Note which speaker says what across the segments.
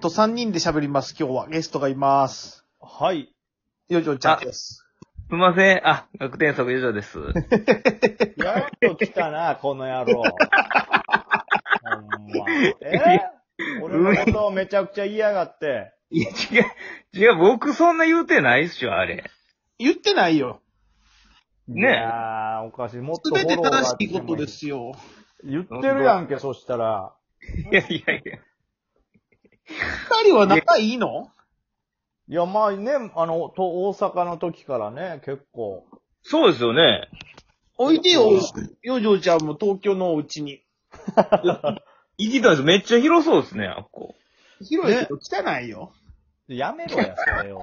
Speaker 1: と3人で喋ります。今日はゲストがいます。
Speaker 2: はい。
Speaker 1: よじょちゃんです。
Speaker 3: すいません。あ、学天則以上です。
Speaker 2: やっと来たな、この野郎。ほんま。え俺のことをめちゃくちゃ嫌がって。
Speaker 3: いや、違う。違う、僕そんな言うてないっしょ、あれ。
Speaker 1: 言ってないよ。
Speaker 3: ねえ
Speaker 2: いやーおかしい。もっと
Speaker 1: すべて
Speaker 2: フォローが
Speaker 1: 正
Speaker 2: あ
Speaker 1: し
Speaker 2: って
Speaker 1: い
Speaker 2: も
Speaker 1: ことですよ。
Speaker 2: 言ってるやんけ、そしたら。
Speaker 3: いやいやいや。
Speaker 1: 二人は仲いいの
Speaker 2: いや、まあね、あの、と、大阪の時からね、結構。
Speaker 3: そうですよね。
Speaker 1: おいでよ、よじょちゃんも東京のお家に。
Speaker 3: 行きたいです。めっちゃ広そうですね、あっこ。
Speaker 1: 広いけど汚いよ。
Speaker 2: やめろや、それを。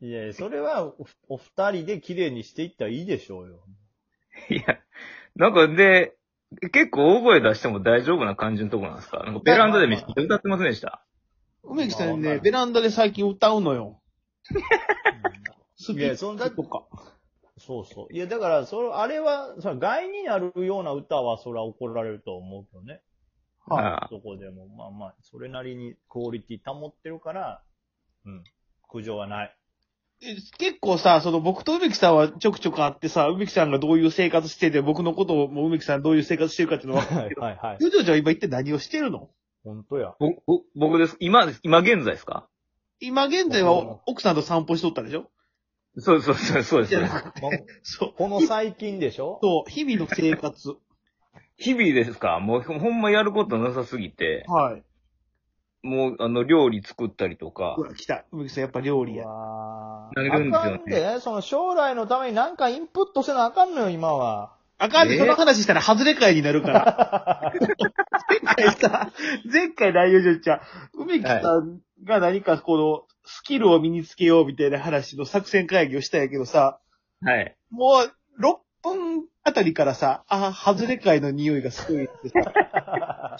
Speaker 2: いやいや、それはお、お二人で綺麗にしていったらいいでしょうよ。
Speaker 3: いや、なんかで、結構大声出しても大丈夫な感じのとこなんですかなんかベランダでめっちゃ歌ってませんでした。
Speaker 1: 梅木さん
Speaker 2: まあわか
Speaker 1: ね、
Speaker 2: る
Speaker 1: ベランダで最近歌うのよ。好
Speaker 2: いやそんな
Speaker 1: とか。
Speaker 2: そうそう。いや、だから、それ、あれは、それ害になるような歌は、それは怒られると思うけどね。
Speaker 1: は
Speaker 3: ああ
Speaker 2: どこでも、まあまあ、それなりにクオリティ保ってるから、うん、苦情はない。
Speaker 1: いえ結構さ、その僕と梅木さんはちょくちょく会ってさ、梅木さんがどういう生活してて、僕のことをもう梅木さんどういう生活してるかっていうのは。
Speaker 2: はいはいはい。
Speaker 1: よじょちゃんは今一体何をしてるの
Speaker 2: 本当や。
Speaker 3: ぼぼ僕です。今、今現在ですか
Speaker 1: 今現在は奥さんと散歩しとったでしょ
Speaker 3: そうそうそう、そうです。そうです
Speaker 2: ま
Speaker 1: そう。
Speaker 2: この最近でしょ
Speaker 1: そう、日々の生活。
Speaker 3: 日々ですかもうほほんまやることなさすぎて、
Speaker 1: はい。
Speaker 3: もうあの料理作ったりとか
Speaker 1: う、わ、来た。梅木さん、やっぱ料理
Speaker 2: う
Speaker 1: や。
Speaker 2: わ
Speaker 3: な
Speaker 2: ー
Speaker 3: るんですよね
Speaker 2: あかんで、その将来のために何かインプットせなあかんのよ、今は。
Speaker 1: あかんね、
Speaker 3: えー
Speaker 1: その話したら外れ会になるから。 前回さ、前回内容上ちゃん、梅木さんが何かこの、スキルを身につけようみたいな話の作戦会議をしたんやけどさ、
Speaker 3: はい。
Speaker 1: もう、6分あたりからさ、あ、外れ会の匂いがすごいってさ、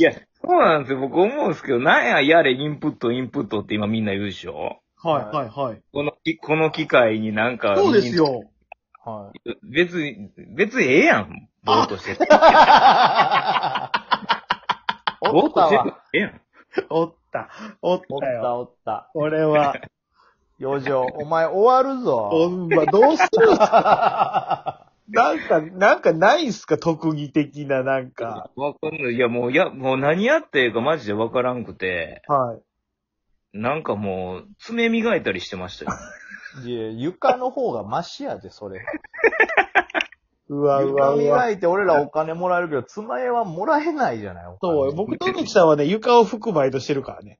Speaker 3: いや、そうなんですよ。僕思うんですけど、なんややれインプットインプットって今みんな言うでしょ
Speaker 1: はい、はい、はい。
Speaker 3: このき、この機会になんか。
Speaker 1: そうです。よ。
Speaker 2: はい。
Speaker 3: 別に、別にええやん。ぼーっとして。ぼ
Speaker 2: お
Speaker 3: ー
Speaker 2: っ
Speaker 3: っと
Speaker 2: た
Speaker 3: してて
Speaker 2: わ。
Speaker 3: ええやん。
Speaker 1: おった。おっ
Speaker 2: おった
Speaker 1: よ。
Speaker 2: たおった。
Speaker 1: これは、
Speaker 2: 余剰、お前終わる
Speaker 1: ほ
Speaker 2: ぞ。
Speaker 1: んま、どうするんす かなんか、なんかないんすか特技的な、なんか。
Speaker 3: わかんない。いや、もう、いや、もう何やってええかマジでわからんくて、
Speaker 1: はい。
Speaker 3: なんかもう、爪磨いたりしてま したよ。
Speaker 2: いや、床の方がマシやで、それ。
Speaker 1: うわうわ
Speaker 2: 床
Speaker 1: うわ。
Speaker 2: 磨いて俺らお金もらえるけど、妻絵はもらえないじゃない。お金
Speaker 1: そう、僕ときさんはね、床を拭くバイトしてるからね。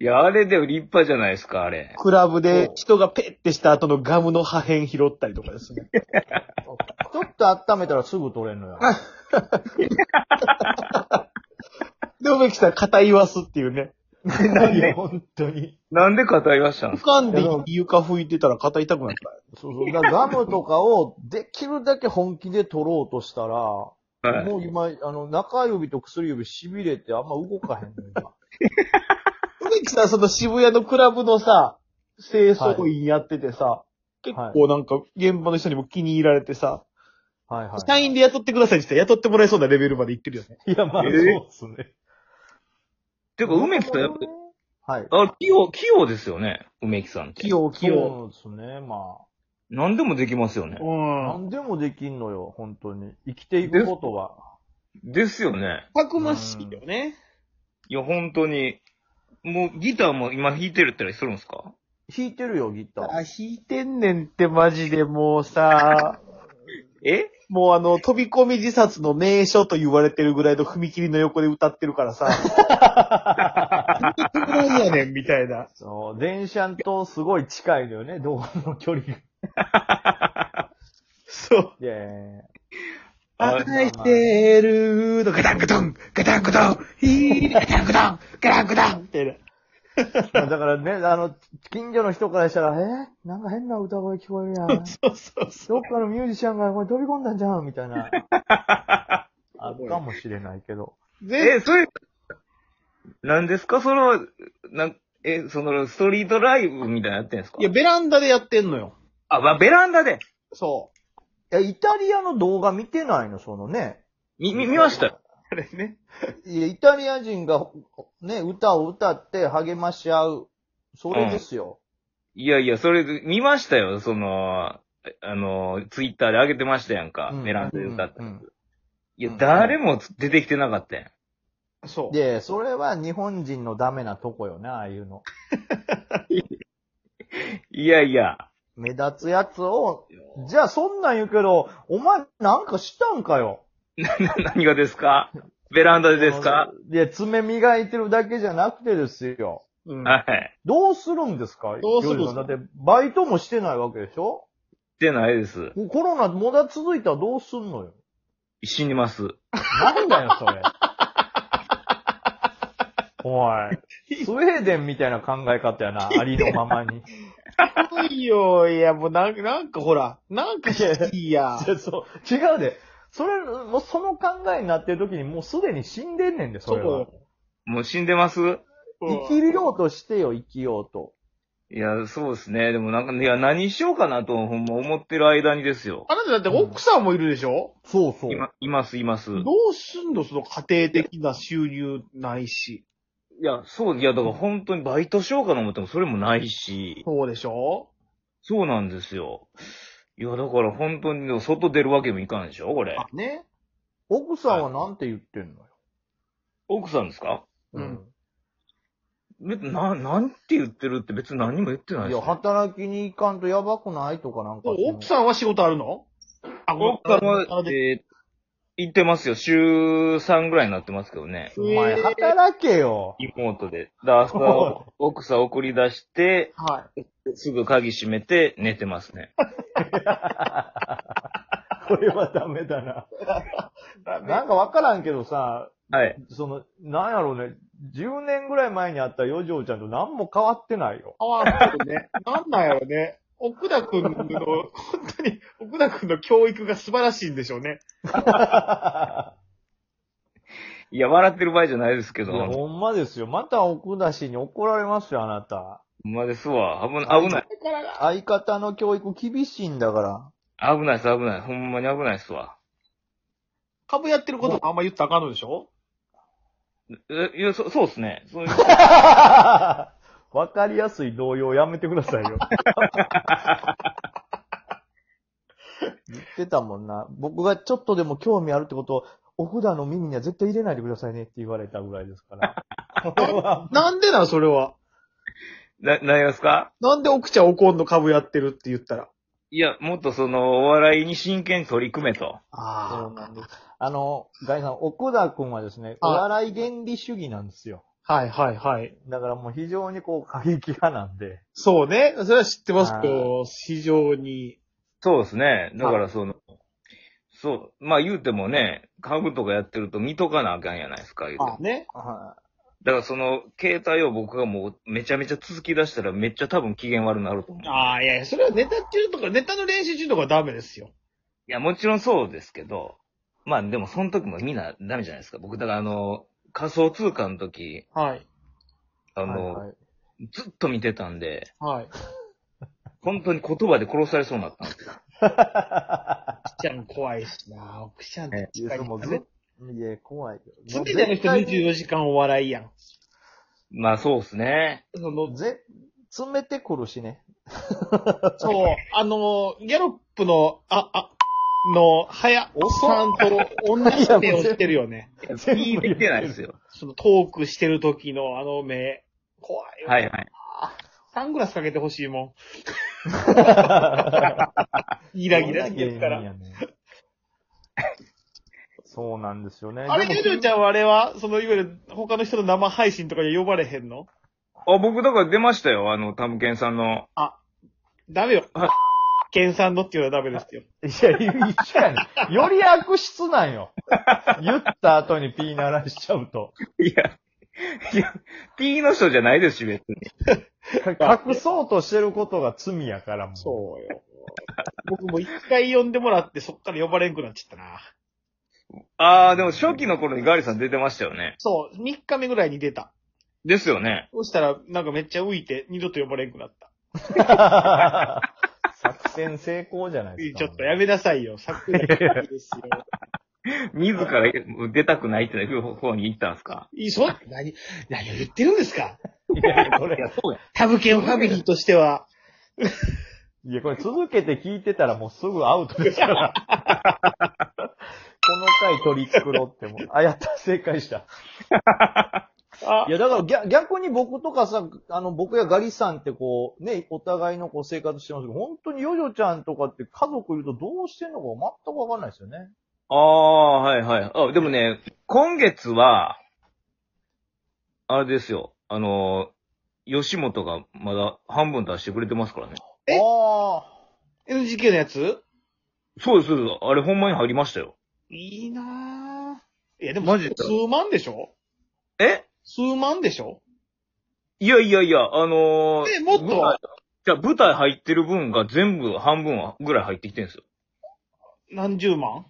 Speaker 3: いや、あれでも立派じゃないですか、あれ。
Speaker 1: クラブで人がペッてした後のガムの破片拾ったりとかですね。
Speaker 2: ちょっと温めたらすぐ取れんのよ。
Speaker 1: で、梅木さん、肩言わすっていうね。
Speaker 2: いや、本当に。
Speaker 3: なんで語りましたんです
Speaker 1: 浮
Speaker 3: か
Speaker 1: かんで床拭いてたら肩痛くなったよ。
Speaker 2: そうそう。だからガムとかをできるだけ本気で取ろうとしたら、
Speaker 3: はい
Speaker 2: もう今、あの、中指と薬指痺れてあんま動かへんの よ、今。
Speaker 1: 梅木さん、その渋谷のクラブのさ、清掃員やっててさ、結構なんか現場の人にも気に入られてさ、
Speaker 2: はいはい。
Speaker 1: 社員で雇ってくださいって言ったら雇ってもらえそうなレベルまでいってるよね。
Speaker 2: いや、まあ、
Speaker 3: え
Speaker 2: そう
Speaker 3: ー
Speaker 2: っすね。
Speaker 3: てか、梅木さん、やっ
Speaker 2: はい。
Speaker 3: ぱ、あ、器用、器用ですよね。梅木さんって。
Speaker 1: 器用、器用。
Speaker 2: そうですね、ま
Speaker 3: 何でもできますよね
Speaker 1: う。
Speaker 2: あ。
Speaker 1: ん。
Speaker 2: 何でもできんのよ、本当に。生きていくことは。
Speaker 3: ですよね。
Speaker 1: たくましいよね。
Speaker 3: いや、本当に。もう、ギターも今弾いてるったりするんですか
Speaker 2: 弾いてるよ、ギター。
Speaker 1: あ、弾いてんねんってマジでもう さ、
Speaker 3: え
Speaker 1: もうあの、飛び込み自殺の名所と言われてるぐらいの踏切の横で歌ってるからさ。何やねん、みたいな。
Speaker 2: そう、電車とすごい近いのよね、動画の距離が。
Speaker 1: そう。
Speaker 2: いやいやいや
Speaker 3: あ
Speaker 1: 愛してるのガタンガタン、ガタンガタン、ヒーガタンガタン、ガタンガタン、みたいな。
Speaker 2: だからね、あの、近所の人からしたら、えーなんか変な歌声聞こえる やん。ど
Speaker 1: そうそうそう。
Speaker 2: っかのミュージシャンがこれ飛び込んだんじゃんみたい な。あるかもしれないけど。
Speaker 1: で、
Speaker 3: え、それ、何ですかその、なん、え、その、ストリートライブみたいなのやってんですか
Speaker 1: いや、ベランダでやってんのよ。
Speaker 3: あ、まあ、ベランダで。
Speaker 1: そ
Speaker 2: いや、イタリアの動画見てないの、そのね。
Speaker 3: み、み、見ましたよ。
Speaker 1: あれね。
Speaker 2: いや、イタリア人が、ね、歌を歌って励まし合う。それですよ。
Speaker 3: いやいや、それ、見ましたよ、その、あの、ツイッターで上げてましたやんか
Speaker 2: う。ん
Speaker 3: ベランダで歌った
Speaker 2: うん
Speaker 3: や
Speaker 2: うん
Speaker 3: つ。いや
Speaker 2: う、ん
Speaker 3: 誰も出てきてなかったやん。
Speaker 1: そう。
Speaker 2: で、それは日本人のダメなとこよね、ああいうの。
Speaker 3: いやいや。
Speaker 2: 目立つやつを、じゃあそんなん言うけど、お前なんかしたんかよ。
Speaker 3: 何がですかベランダでですか
Speaker 2: いや、爪磨いてるだけじゃなくてですよ。
Speaker 1: うん
Speaker 3: はい。
Speaker 2: どうするんですか
Speaker 1: どうするんで
Speaker 2: ヨ
Speaker 1: す
Speaker 2: ジ
Speaker 1: か
Speaker 2: さんだって、バイトもしてないわけでしょ
Speaker 3: してないです。
Speaker 2: コロナまだ続いたらどうすんのよ。
Speaker 3: 死にます。
Speaker 2: なんだよ、それ。おい。スウェーデンみたいな考え方やな、ありのままに。
Speaker 1: すごいよ。いや、もうなんか、なんかほら、なんかいいや。
Speaker 2: いやそう。違うで。それ、もうその考えになってる時にもうすでに死んでんねんで、それは。
Speaker 3: もう死んでます
Speaker 2: 生きようとしてよ、生きようと。
Speaker 3: いや、そうですね。でもなんか、いや、何しようかなと、ほんま思ってる間にですよ。
Speaker 1: あなただって奥さんもいるでしょ、
Speaker 2: そうそ
Speaker 3: いま、います、います。
Speaker 1: どうすんのその家庭的な収入ないし。
Speaker 3: いや、そう、いや、だから本当にバイトしようかな思っても、それもないし、
Speaker 1: そうでしょ
Speaker 3: そうなんですよ。いや、だから本当に、でも外出るわけにもいかんでしょこれ。
Speaker 1: ね。
Speaker 2: 奥さんはなんて言ってんのよ。
Speaker 3: 奥さんですか
Speaker 1: うん
Speaker 3: 別にな、なんて言ってるって別に何も言って
Speaker 2: い
Speaker 3: ないです
Speaker 2: や、
Speaker 3: よ。
Speaker 2: 働きに行かんとやばくないとかなんか。
Speaker 1: 奥さんは仕事あるのあ、ご
Speaker 3: 僕はも
Speaker 1: あ
Speaker 3: う、
Speaker 1: で
Speaker 3: えー、行ってますよ。週3ぐらいになってますけどね。
Speaker 2: お前、働けよ。
Speaker 3: 妹で。だ朝
Speaker 2: おい、
Speaker 3: 奥さん送り出して、
Speaker 1: は
Speaker 3: すぐ鍵閉めて寝てますね。
Speaker 2: これはダメだ な。
Speaker 1: い。
Speaker 2: なんかわからんけどさ、
Speaker 3: はい。
Speaker 2: その、なんやろうね、10年ぐらい前にあった四条ちゃんと何も変わってないよ。
Speaker 1: 変わんないね。なんなんやろね。奥田くんの、本当に、奥田くんの教育が素晴らしいんでしょうね。
Speaker 3: いや、笑ってる場合じゃないですけ
Speaker 2: い
Speaker 3: ど、
Speaker 2: や、ほ
Speaker 3: ほ
Speaker 2: んまですよ。また奥田氏に怒られますよ、あなた。
Speaker 3: んまですわ。危ない、危ない。
Speaker 1: これからが、
Speaker 2: 相方の教育厳しいんだから。
Speaker 3: 危ないです、危ない。ほんまに危ないですわ。
Speaker 1: 株やってることもあんま言ったらあかんのでしょ
Speaker 3: え、いや、そそうですね。 そういう
Speaker 2: わかりやすい動揺やめてくださいよ。 言ってたもんな。僕がちょっとでも興味あるってことを、お札の耳には絶対入れないでくださいねって言われたぐらいです から。これは
Speaker 1: なんでなん、それは。
Speaker 3: な、なりますか
Speaker 1: なんで奥ちゃん怒んの株やってるって言ったら。
Speaker 3: いや、もっとその、お笑いに真剣に取り組めと。
Speaker 2: そう
Speaker 1: あ
Speaker 2: なんです。あの、ガイさん、奥田君はですね、お
Speaker 1: はい
Speaker 2: 笑い原理主義なんですよ。
Speaker 1: あ。はいはいはい。
Speaker 2: だからもう非常にこう過激派なんで。
Speaker 1: そうね。それは知ってますけど、非常に。
Speaker 3: そうですね。だからその、そう、まあ言うてもね、家具とかやってると見とかなあかんやないですか、言うても
Speaker 1: あね。
Speaker 2: は
Speaker 3: だからその、携帯を僕がもうめちゃめちゃ続き出したらめっちゃ多分機嫌悪なると思う。
Speaker 1: ああ、いやいや、それはネタ中とか、ネタの練習中とかはダメですよ。
Speaker 3: いや、もちろんそうですけど、まあでもその時もみんなダメじゃないですか。僕、だからあの、仮想通貨の時、
Speaker 1: はい。
Speaker 3: あ
Speaker 2: い
Speaker 3: の、
Speaker 2: はいはい
Speaker 3: ずっと見てたんで、
Speaker 1: はい。
Speaker 3: 本当に言葉で殺されそうになったんですよ。
Speaker 1: 奥ちゃん怖いしな。奥ちゃんって
Speaker 2: いや、でもずいや、怖いよ。
Speaker 1: 常にあの人24時間お笑いやん。
Speaker 3: まあそうですね。
Speaker 1: その、
Speaker 2: ぜ、詰めてくるしね。
Speaker 1: そう、あの、ギャロップの、あ、あ、の、はや、おっさんと同じ目をしてるよ ね。
Speaker 2: 全部
Speaker 3: いいできてないですよ。
Speaker 1: そのトークしてる時のあの目、怖いよ。
Speaker 3: はいはい。
Speaker 1: サングラスかけてほしいもん。ギラギラしてるか
Speaker 2: どん
Speaker 1: ら。
Speaker 2: な芸人やねん。そうなんですよね。
Speaker 1: あれ、
Speaker 2: で
Speaker 1: ジ
Speaker 2: も
Speaker 1: ョジョちゃんはあれは、その、いわゆる他の人の生配信とかに呼ばれへんの
Speaker 3: あ、僕だから出ましたよ。あの、タムケンさんの。
Speaker 1: ダメよ
Speaker 3: あ。
Speaker 1: ケンさんのっていうのはダメですよ。
Speaker 2: いや、一緒やねん。より悪質なんよ。言った後にピー鳴らしちゃうと。
Speaker 3: いや、いや、P の人じゃないですし、別に。
Speaker 2: 隠そうとしてることが罪やからもう。
Speaker 1: そうよ。僕も一回呼んでもらって、そっから呼ばれんくなっちゃったな。
Speaker 3: ああ、でも初期の頃にガーリさん出てましたよね。
Speaker 1: そう、3日目ぐらいに出た。
Speaker 3: ですよね。
Speaker 1: そしたら、なんかめっちゃ浮いて、二度と呼ばれんくなった。
Speaker 2: 作戦成功じゃないですか。
Speaker 1: ちょっとやめなさいよ。作戦ですよ。
Speaker 3: 自ら出たくないっていう方に行ったんですか
Speaker 1: いいそ、何、何を言ってるんですか
Speaker 3: いや、それや、そうや。
Speaker 1: タブケンファミリーとしては。
Speaker 2: いや、これ続けて聞いてたらもうすぐアウトですから。この回取り繕っても。あ、やった、正解した。
Speaker 1: あ
Speaker 2: いや、だから逆逆に僕とかさ、あの、僕やガリさんってこう、ね、お互いのこう生活してますけど、本当にヨジョちゃんとかって家族いるとどうしてんのか全くわかんないですよね。
Speaker 3: ああ、はいはい。あ、でもね、今月は、あれですよ。あの、吉本がまだ半分出してくれてますからね。
Speaker 1: え
Speaker 2: ああ。
Speaker 1: NGK のやつ
Speaker 3: そうです、そうです。あれほんまに入りましたよ。
Speaker 1: いいなぁ。いや、でも、
Speaker 3: マジで
Speaker 1: 数万でしょ
Speaker 3: え
Speaker 1: 数万でしょ
Speaker 3: いやいやいや、あのー、
Speaker 1: えもっと
Speaker 3: 舞台じゃあ舞台入ってる分が全部半分はぐらい入ってきてるんですよ。
Speaker 1: 何十万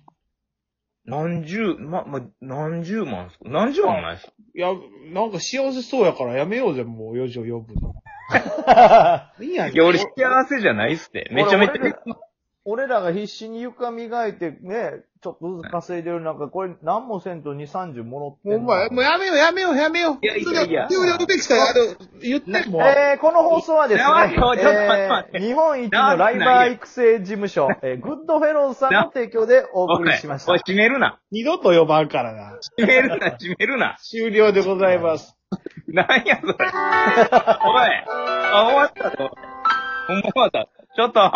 Speaker 3: 何十、ま、ま、何十万っすか何十万ないっすか
Speaker 1: いや、なんか幸せそうやからやめようぜ、もう、四時を呼ぶの。いや、
Speaker 3: いや、俺幸せじゃないっすって。 めちゃめちゃ。
Speaker 2: 俺ら俺らが必死に床磨いてね、ちょっとずつ稼いでる中、これ何もせんと2、30もろってん
Speaker 1: ほ
Speaker 2: の。
Speaker 1: んまや、もうやめよう、やめよう、やめよう。
Speaker 3: いやいやいや
Speaker 1: それは呼ぶべきだよ、あの、言ってもう。
Speaker 2: えー、この放送はですね、
Speaker 3: やばいよちょっと待って待っ
Speaker 2: えー日本一のライバー育成事務所、えーグッドフェローズさんの提供でお
Speaker 3: お
Speaker 2: 送
Speaker 3: い
Speaker 2: りしました
Speaker 3: おい。閉めるな。
Speaker 1: 二度と呼ばんからな。
Speaker 3: 閉めるな、閉めるな。
Speaker 1: 終了でございます。
Speaker 3: なんやそれ。おい。あ、終わったぞ。ほんま終わった。ちょっと。